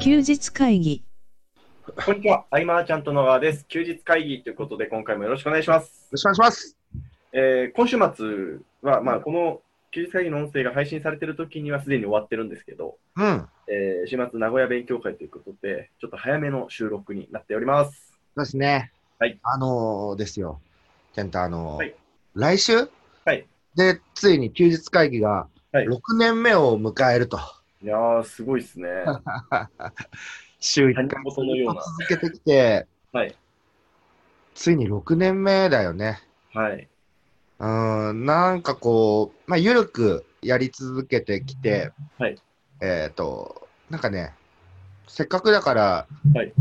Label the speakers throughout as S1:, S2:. S1: 休日会議。
S2: こんにちは、アイマーちゃんと野川です。休日会議ということで、今回もよろしくお願いします。
S3: ろしくお願いします。
S2: えー今週末は、まあ、この休日会議の音声が配信されている時にはすでに終わってるんですけど、
S3: うん。
S2: えー週末名古屋勉強会ということで、ちょっと早めの収録になっております。
S3: そうですね。
S2: はい。
S3: あのーですよ。健太、あのー
S2: はい
S3: 来週
S2: はい。
S3: で、ついに休日会議が
S2: はい
S3: 6年目を迎えると。
S2: いやー、すごい ですね。
S3: 週1
S2: 他
S3: 回
S2: 人事のような。
S3: 続けてきて、
S2: はい。
S3: ついに6年目だよね。
S2: はい。
S3: うーん、なんかこう、まあ、ゆるくやり続けてきて、
S2: はい。
S3: えっ、と、なんかね、せっかくだから、
S2: はい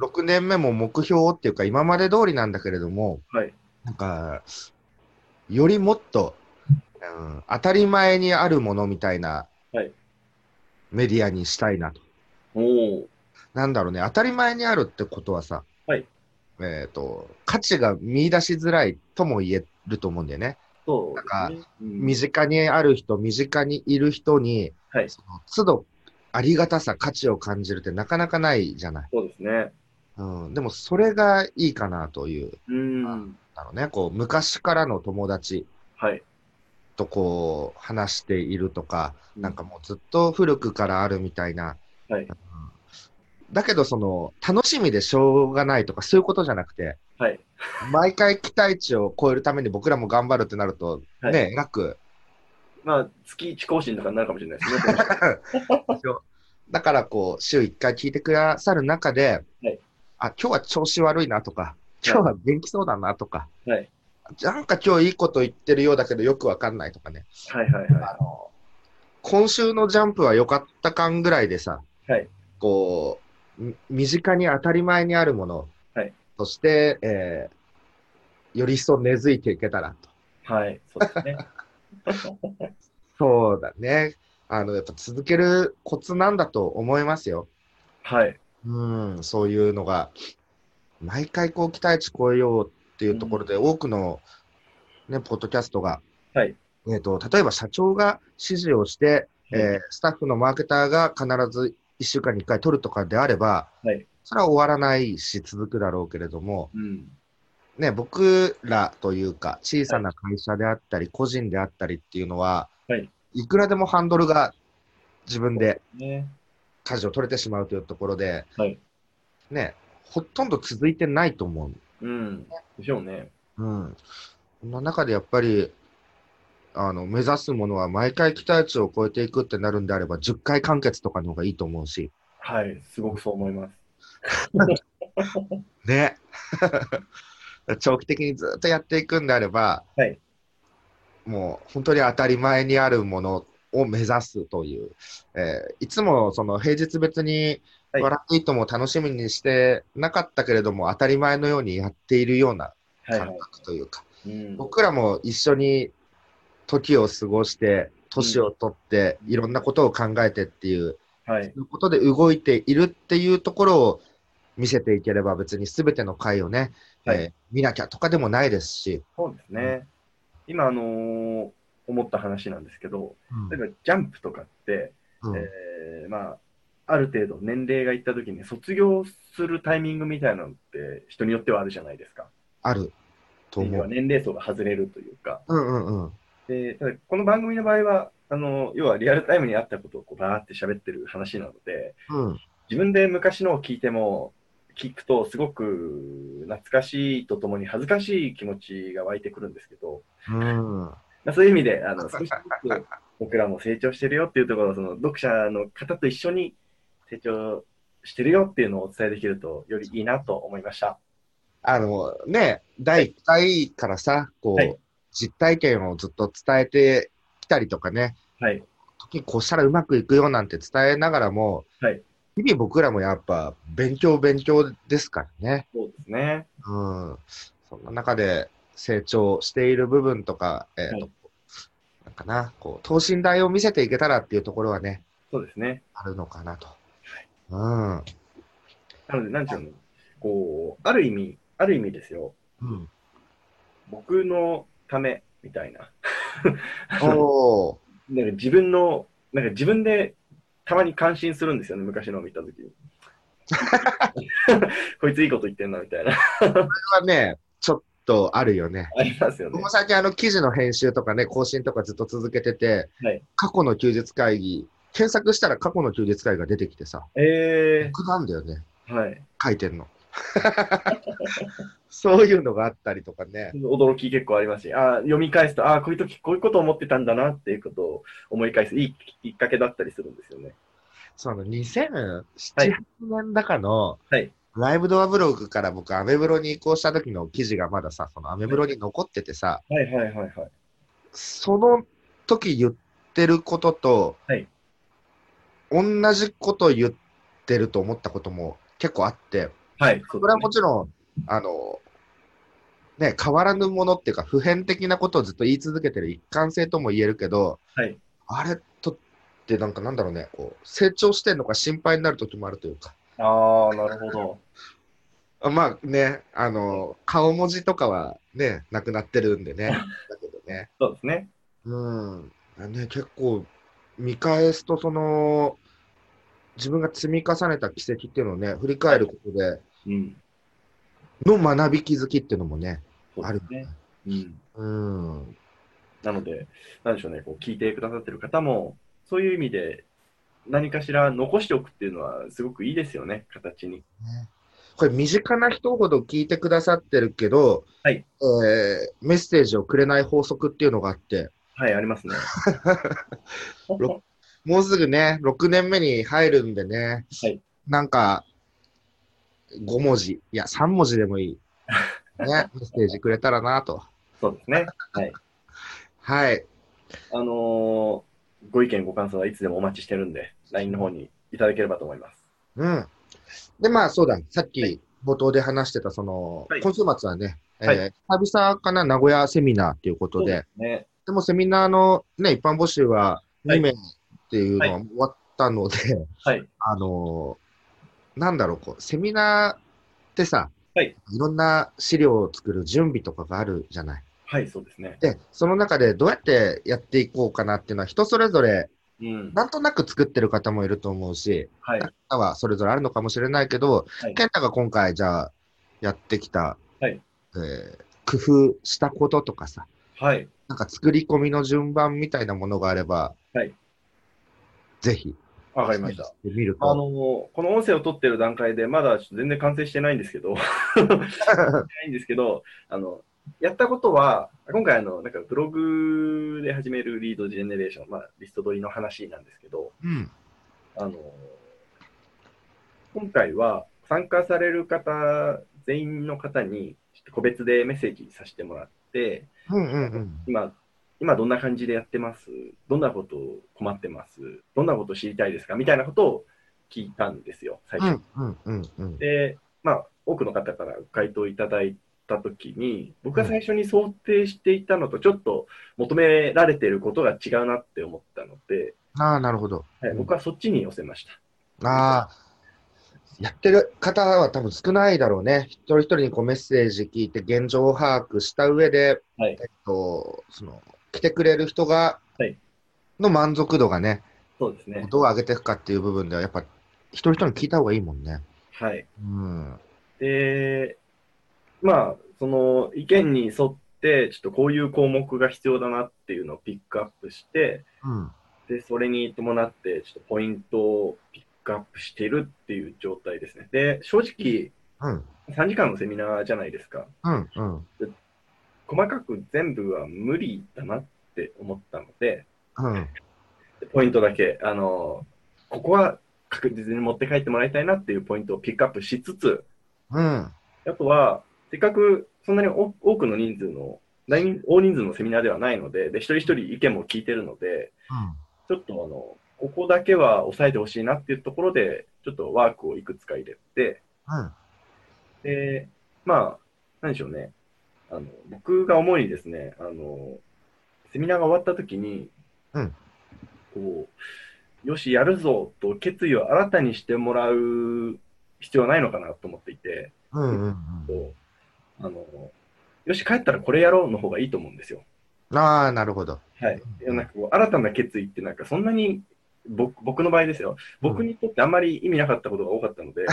S3: 6年目も目標っていうか、今まで通りなんだけれども、
S2: はい。
S3: なんか、よりもっと、うん、当たり前にあるものみたいな、
S2: はい
S3: メディアにしたいなと。
S2: おー。
S3: なんだろうね、当たり前にあるってことはさ、
S2: はい
S3: えっ、と、価値が見出しづらいとも言えると思うんだよね。
S2: そう
S3: なんか
S2: ですねうん
S3: 身近にある人、身近にいる人に、
S2: はい。
S3: その都度ありがたさ、価値を感じるってなかなかないじゃない。
S2: そうですね。
S3: うん、でも、それがいいかなという、
S2: うん。
S3: だろうね、こう、昔からの友達、
S2: はい。
S3: とこう話しているとか、なんかもうずっと古くからあるみたいな、
S2: はい
S3: うんだけどその楽しみでしょうがないとかそういうことじゃなくて
S2: はい。
S3: 毎回期待値を超えるために僕らも頑張るってなると、
S2: はい
S3: ねえらく
S2: まあ、月1更新とかになるかもしれないですね。こ
S3: だからこう週1回聞いてくださる中で、
S2: はい
S3: あ今日は調子悪いなとか今日は元気そうだなとか、
S2: はい
S3: なんか今日いいこと言ってるようだけどよくわかんないとかね
S2: の はいはいは
S3: あの、今週のジャンプは良かった感ぐらいでさ、
S2: はい
S3: こう、み身近に当たり前にあるもの、
S2: はい
S3: そして、えーより一層根付いていけたらと。
S2: い。はい。そうですね。
S3: そうだね。あの、やっぱ続けるコツなんだと思いますよ。
S2: はい。
S3: うん、そういうのが、毎回こう期待値超えようっていうところで、多くの、ね、ポッドキャストが、
S2: はい
S3: えー、と例えば社長が指示をして、えースタッフのマーケターが必ず1週間に1回取るとかであれば、
S2: はい
S3: それは終わらないし続くだろうけれども、
S2: うん。
S3: ね、僕らというか小さな会社であったり、個人であったりっていうのは、
S2: はい
S3: いくらでもハンドルが自分で
S2: ね。
S3: 舵を取れてしまうというところで、
S2: はい
S3: ね、ほとんど続いてないと思う。
S2: うん。でしょうね。
S3: うん、その中でやっぱりあの目指すものは毎回期待値を超えていくってなるんであれば10回完結とかの方がいいと思うし、
S2: はい。すごくそう思います。
S3: ね、 長期的にずっとやっていくんであれば、
S2: はい
S3: もう本当に当たり前にあるものを目指すという、えーいつもその平日別に「
S2: はい
S3: 笑っていいとも」楽しみにしてなかったけれども当たり前のようにやっているような
S2: はい、は
S3: 感覚というか。
S2: い。うん。
S3: 僕らも一緒に時を過ごして、年を取って、
S2: うん
S3: いろんなことを考えてっていう、
S2: はい。
S3: そういうことで動いているっていうところを見せていければ、別にすべての回をね、
S2: はい
S3: えー見なきゃとかでもないですし、
S2: そうですね。今、あのー思った話なんですけど、例えばジャンプとかって、
S3: うん
S2: えーまあ、ある程度年齢がいった時に卒業するタイミングみたいなのって人によってはあるじゃないですか。
S3: あると思
S2: 要は
S3: う。
S2: 年齢層が外れるというか。
S3: うんうんうん。
S2: で、ただこの番組の場合は、あの、要はリアルタイムにあったことをこうバーって喋ってる話なので、
S3: うん
S2: 自分で昔のを聞いても聞くとすごく懐かしいとともに恥ずかしい気持ちが湧いてくるんですけど、
S3: うん
S2: まあ、そういう意味であの少しずつ僕らも成長してるよっていうところをその読者の方と一緒に成長してるよっていうのをお伝えできるとよりいいなと思いました。
S3: あのね、第1回からさ、こう、
S2: はい
S3: 実体験をずっと伝えてきたりとかね、
S2: はい。
S3: 時にこうしたらうまくいくよなんて伝えながらも、
S2: はい
S3: 日々僕らもやっぱ勉強勉強ですからね。
S2: そうですね。
S3: うん。そんな中で成長している部分とか、えーと
S2: は
S3: なんかな、こう、等身大を見せていけたらっていうところはね、
S2: そうですね。
S3: あるのかなと。
S2: なので、なんていうの、こう、ある意味、ある意味ですよ。
S3: うん。うん。
S2: 僕のためみたいな。
S3: おー
S2: なんか自分の、なんか自分でたまに感心するんですよね、昔のを見たと きに。こいついいこと言ってんなみたい な。
S3: はね、ちょっとあるよね。
S2: ありますよね
S3: 僕。も最近あの記事の編集とかね、更新とかずっと続けてて、
S2: はい
S3: 過去の休日会議、検索したら過去の休日会議が出てきてさ、
S2: え
S3: 僕なんだよね、
S2: ー、はい。
S3: 書い てんの。そういうのがあったりとかね。
S2: 驚き結構ありますし、あー読み返すと、あーこういう時こういうこと思ってたんだなっていうことを思い返す、いいきっかけだったりするんですよね。
S3: その2007、
S2: はい
S3: 8年だかの、
S2: はい
S3: ライブドアブログから僕、アメブロに移行した時の記事がまださ、そのアメブロに残っててさ、
S2: はいはいはいはい。
S3: その時言ってることと、
S2: はい
S3: 同じこと言ってると思ったことも結構あって、
S2: はい、そ
S3: こ
S2: う
S3: れはもちろん、あの、ね、変わらぬものっていうか、普遍的なことをずっと言い続けてる一貫性とも言えるけど、
S2: はい
S3: あれとって、なんかなんだろうね、こう、成長してんのか心配になる時もあるというか、
S2: ああ、なるほど。
S3: あまあね、あの、顔文字とかはね、なくなってるん でね、だけどね、
S2: そうですね。
S3: うん、ね、結構、見返すと、その、自分が積み重ねた奇跡っていうのをね、振り返ることで、
S2: うん。
S3: の学び気づきっていうのもね、
S2: そうですね。うん。
S3: うん、
S2: なので、なんでしょうね、こう聞いてくださってる方も、そういう意味で、何かしら残しておくっていうのは、すごくいいですよね、形に。
S3: ねこれ、身近な人ほど聞いてくださってるけど、
S2: はい
S3: えーメッセージをくれない法則っていうのがあって、
S2: はい、ありますね。
S3: ろもうすぐね、6年目に入るんでね、
S2: はい
S3: なんか、5文字、いや、3文字でもい い、ね、メッセージくれたらなと。
S2: そうですね。はい。
S3: はい、
S2: あのーご意見、ご感想はいつでもお待ちしてるんで、LINE の方にいただければと思います。
S3: うん。で、まあ、そうだ、さ
S2: は
S3: っき冒頭で話してた、その、
S2: はい
S3: 今週末はね、えー
S2: は
S3: 久々かな、名古屋セミナーっていうことで、
S2: すね。
S3: でもセミナーのね、一般募集は
S2: はい
S3: 2名っていうのは終わったので、
S2: はい。
S3: あのーなんだろう、こう、セミナーってさ、
S2: はい
S3: ろんな資料を作る準備とかがあるじゃない。
S2: はい、そうですね。
S3: で、その中でどうやってやっていこうかなっていうのは人それぞれ、
S2: うん。
S3: なんとなく作ってる方もいると思うし、
S2: はい。
S3: 方はそれぞれあるのかもしれないけど、
S2: はい
S3: 健太が今回じゃあやってきた、
S2: はい
S3: えー工夫したこととかさ、
S2: はい。
S3: なんか作り込みの順番みたいなものがあれば、
S2: はい
S3: ぜひ、
S2: わかりました。。
S3: 見る
S2: あ
S3: と。
S2: のーこの音声を撮ってる段階で、まだちょっと全然完成してないんですけど、ないんですけど、あの、やったことは、今回あの、なんかブログで始めるリードジェネレーション、まあ、リスト取りの話なんですけど、
S3: うん。
S2: あの、今回は参加される方、全員の方に、ちょっと個別でメッセージさせてもらって、
S3: うんうんうん。
S2: 今、今どんな感じでやってますどんなことを困ってますどんなことを知りたいですかみたいなことを聞いたんですよ、最
S3: う
S2: 初。
S3: んうんうんうん。
S2: で、まあ、多くの方からご回答いただいたときに、僕が最初に想定していたのと、ちょっと求められていることが違うなって思ったので、
S3: ああ、なるほど。
S2: はい、僕はそっちに寄せました。
S3: ああ。やってる方は多分少ないだろうね。一人一人にこうメッセージ聞いて現状を把握した上で、
S2: はい
S3: えっと、その、来てくれる人が、
S2: はい
S3: の満足度がね、
S2: そうですね。
S3: どう上げていくかっていう部分では、やっぱ、一人一人に聞いた方がいいもんね。
S2: はい。
S3: うん。
S2: で、まあ、その意見に沿って、ちょっとこういう項目が必要だなっていうのをピックアップして、
S3: うん。
S2: で、それに伴って、ちょっとポイントをピックアップしているっていう状態ですね。で、正直、
S3: うん。
S2: 3時間のセミナーじゃないですか。
S3: うん。うん。
S2: 細かく全部は無理だなって思ったので、
S3: うん。
S2: ポイントだけ、あのここは確実に持って帰ってもらいたいなっていうポイントをピックアップしつつ、
S3: うん。
S2: あとは、せっかくそんなに多多くの人数の、大人大人数のセミナーではないのでで、一人一人意見も聞いてるので、ちょっとあのここだけは抑えてほしいなっていうところで、ちょっとワークをいくつか入れて、
S3: うん。
S2: で、まあ、なんでしょうね。あの、僕が思うにですね、あの、セミナーが終わった時に、
S3: うん
S2: こう、よし、やるぞと決意を新たにしてもらう必要はないのかなと思っていて、
S3: うん。うん。うん
S2: こうあの、よし、帰ったらこれやろうの方がいいと思うんですよ。
S3: ああ、なるほど。
S2: はい。なんかこう、新たな決意ってなんかそんなに僕僕の場合ですよ。僕にとってあんまり意味なかったことが多かったので。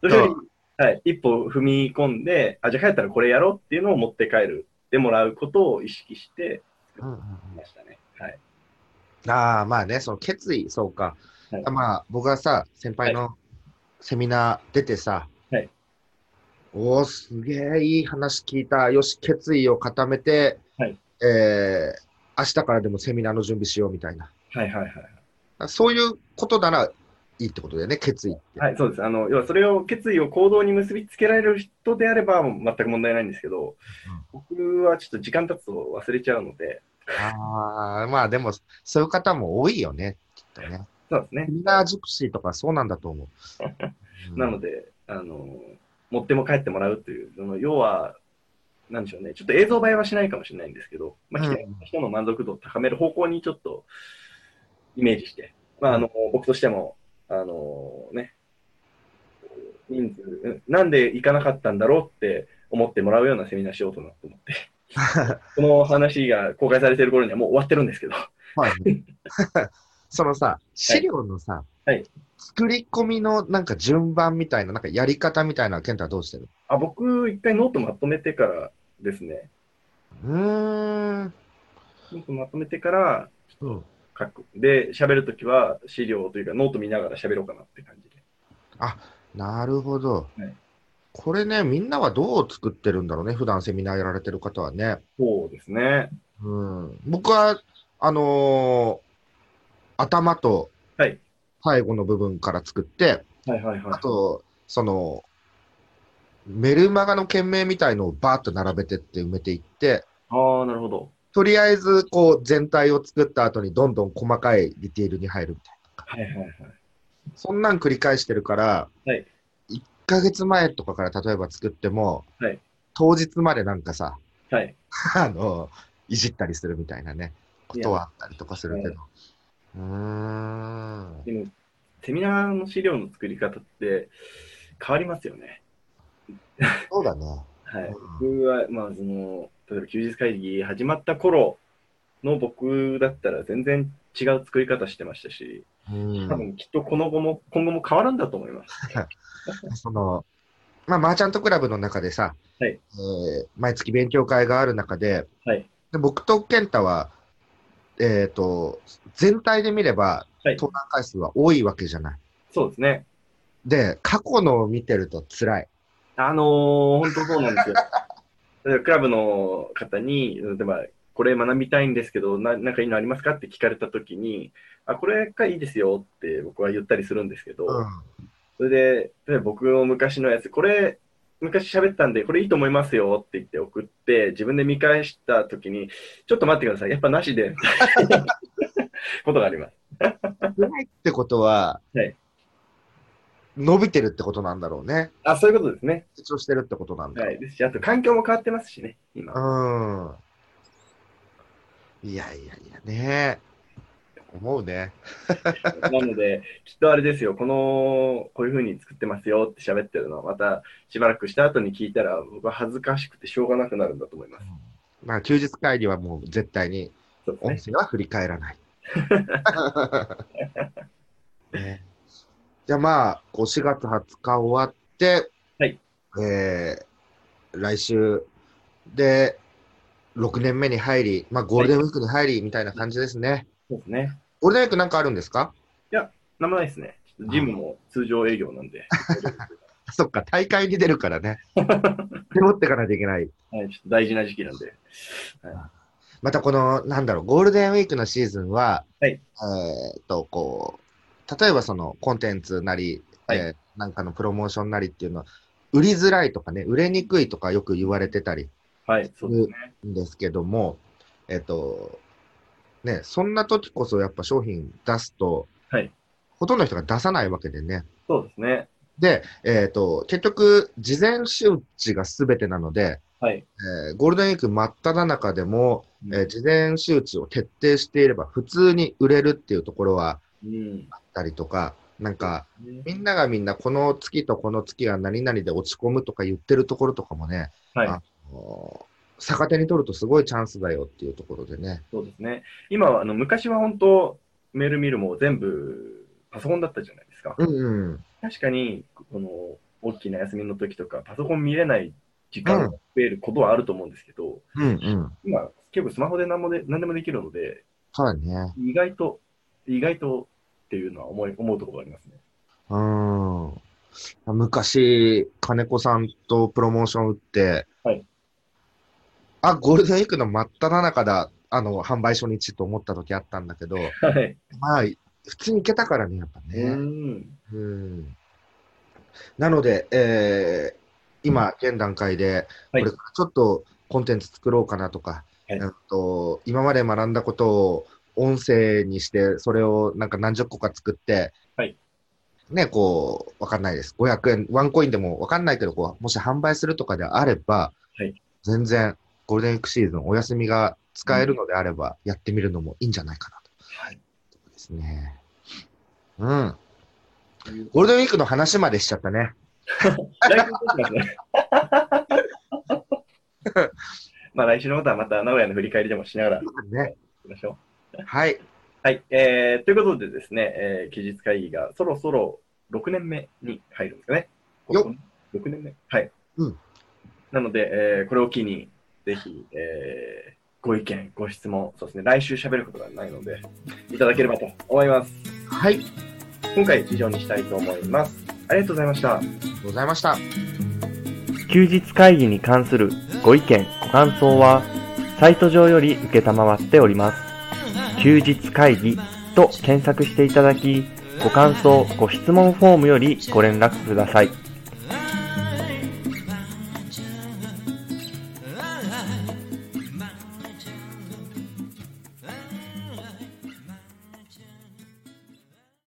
S2: それより、はい、一歩踏み込んで、あ、じゃあ帰ったらこれやろうっていうのを持って帰る、でもらうことを意識して
S3: うんうん
S2: いましたね。はい。
S3: うん、ああ、まあね、その決意、そうか。
S2: はい
S3: まあ、僕がさ、先輩のセミナー出てさ、
S2: はい
S3: おお、すげえいい話聞いた。よし、決意を固めて、
S2: はい
S3: えー明日からでもセミナーの準備しようみたいな。
S2: はいはいはい。
S3: そういうことならいいってことだよね、決意って。
S2: はい、そうです。あの、要はそれを、決意を行動に結びつけられる人であれば全く問題ないんですけど、僕はちょっと時間経つと忘れちゃうので、
S3: ああ、まあでも、そういう方も多いよね、きっとね。
S2: そうですね
S3: セ。ミナージプシーとかそうなんだと思 う。
S2: なの
S3: で、
S2: で、あの、持っても帰ってもらうという、その要は、なんでしょうね、ちょっと映像映えはしないかもしれないんですけど、まあ、
S3: うん
S2: 来て人の満足度を高める方向にちょっとイメージして、まあ、あの僕としても、あのね、人数、うんなんで行かなかったんだろうって思ってもらうようなセミナーしようとなと思 って、この話が公開されてる頃にはもう終わってるんですけど、
S3: はいね そのさ、資料のさ、
S2: はい
S3: 作り込みのなんか順番みたいな、なんかやり方みたいなのは、健太はどうしてる
S2: あ僕、一回ノートまとめてからですね、
S3: うーん。
S2: ノートまとめてから、
S3: うん
S2: 書く。で、喋るときは資料というかノート見ながら喋ろうかなって感じで。
S3: なるほど、
S2: はい
S3: これね、みんなはどう作ってるんだろうね、普段セミナーやられてる方はね。
S2: そうですね。
S3: うん、僕は、あのー頭と
S2: はい
S3: 最後の部分から作って、
S2: はいはいは
S3: あと、その、メルマガの件名みたいのをバーッと並べてって埋めていって、
S2: ああ、なるほど。
S3: とりあえずこう全体を作った後にどんどん細かいディテールに入るみたい
S2: はいはいはい。
S3: な。そんなん繰り返してるから、
S2: はい
S3: 1ヶ月前とかから例えば作っても、
S2: はい
S3: 当日までなんかさ、
S2: はい。
S3: あの、いじったりするみたいなね、ことはあったりとかするけど。うーん。
S2: でも、セミナーの資料の作り方って変わりますよね。
S3: そうだね。
S2: はい。
S3: うん
S2: 僕は、まあ、その、例えば休日会議始まった頃の僕だったら全然違う作り方してましたし、多
S3: うん
S2: 分きっとこの後も、今後も変わるんだと思います。
S3: その、まあ、マーチャントクラブの中でさ、
S2: はい
S3: えー毎月勉強会がある中で、
S2: はい
S3: で僕と健太は、えっ、と、全体で見れば、
S2: はい
S3: 登壇回数は多いわけじゃない。
S2: そうですね。
S3: で、過去のを見てると辛い。
S2: あのー、本当そうなんですよ。 例えばクラブの方に、例えば、これ学びたいんですけど、ななんかいいのありますかって聞かれたときに、あ、これがいいですよって僕は言ったりするんですけど、それで、例えば僕の昔のやつ、これ、昔喋ったんで、これいいと思いますよって言って送って、自分で見返したときに、ちょっと待ってください、やっぱなしで、み たいなことがあります。
S3: 辛いってことは、
S2: はい
S3: 伸びてるってことなんだろうね。
S2: あ、そういうことですね。
S3: 成長してるってことなんだ。
S2: はい。ですし、あと環境も変わってますしね、今。
S3: うん。いやいやいやね。思うね。
S2: なので、きっとあれですよ、この、こういう風に作ってますよって喋ってるのは、またしばらくした後に聞いたら、僕は恥ずかしくてしょうがなくなるんだと思います。
S3: まあ、休日会議はもう絶対に
S2: そうですね。
S3: 音声は振り返らない。 ねじゃあまあ、こう4月20日終わって、
S2: はい
S3: えー来週で6年目に入り、まあ、ゴールデンウィークに入りみたいな感じですね。
S2: そうですね。
S3: ゴールデンウィークなんかあるんですか
S2: なんもないですね。ちょっとジムも通常営業なんで、
S3: そっか、大会に出るか らね。手持っていかないといけない。
S2: はい、ちょっと大事な時期なんで。
S3: またこの、なんだろう、ゴールデンウィークのシーズンは、
S2: はい
S3: えーっと、こう、例えばそのコンテンツなり、
S2: はい
S3: えーなんかのプロモーションなりっていうのは、売りづらいとかね、売れにくいとかよく言われてたり
S2: はい、そうですね。
S3: んですけども、えーっと、ね、そんな時こそやっぱ商品出すと、
S2: はい
S3: ほとんどの人が出さないわけでね。
S2: そうですね。
S3: で、えーっと、結局、事前周知が全てなので、
S2: はい。
S3: えーゴールデンウィーク真っ只中でも、
S2: うん
S3: えー事前周知を徹底していれば普通に売れるっていうところは
S2: うん。
S3: あったりとか、なんか、み
S2: ね
S3: んながみんなこの月とこの月は何々で落ち込むとか言ってるところとかもね、
S2: はい。
S3: あのー逆手に取るとすごいチャンスだよっていうところでね。
S2: そうですね。今は、あの、昔は本当、メール見るも全部パソコンだったじゃないですか。
S3: うんうん。
S2: 確かに、この、大きな休みの時とか、パソコン見れない時間が増えることはあると思うんですけど、
S3: うんうん。
S2: 今、結構スマホで何もで何でもできるので、
S3: そうだね。
S2: 意外と、意外とっていうのは思い思うところがありますね。
S3: うん。昔、金子さんとプロモーション打って、
S2: はい
S3: あ、ゴールデンウィークの真っ只中だ、あの、販売初日と思った時あったんだけど、
S2: はい。
S3: まあ、普通に行けたからね、やっぱね。
S2: うん。
S3: うんなので、えー今、現段階で、こ
S2: はい
S3: れからちょっとコンテンツ作ろうかなとか、
S2: はい
S3: うんと今まで学んだことを音声にして、それをなんか何十個か作って、
S2: はい
S3: ね、こう、わかんないです。500円、ワンコインでもわかんないけど、こうもし販売するとかであれば、
S2: はい
S3: 全然ゴールデンウィークシーズン、お休みが使えるのであれば、やってみるのもいいんじゃないかなと。
S2: はい。
S3: ですね。うん。ゴールデンウィークの話までしちゃったね。
S2: 来週どうします まあ来週のことはまた名古屋の振り返りでもしながら行
S3: ね
S2: きましょう。
S3: はい。
S2: はい、えー、ということでですね、えー、期日会議がそろそろ6年目に入るんですかね。
S3: よ
S2: っ !6 年目はい。
S3: うん
S2: なので、えーこれを機に、ぜひ、えーご意見、ご質問、そうですね、来週喋ることがないので、いただければと思います。
S3: はい。ありが
S2: 今回以上にしたいと思います。ありがとうございました。
S3: とうございました。
S1: 休日会議に関するご意見、ご感想は、サイト上より受けたまわっております。休日会議と検索していただき、ご感想、ご質問フォームよりご連絡ください。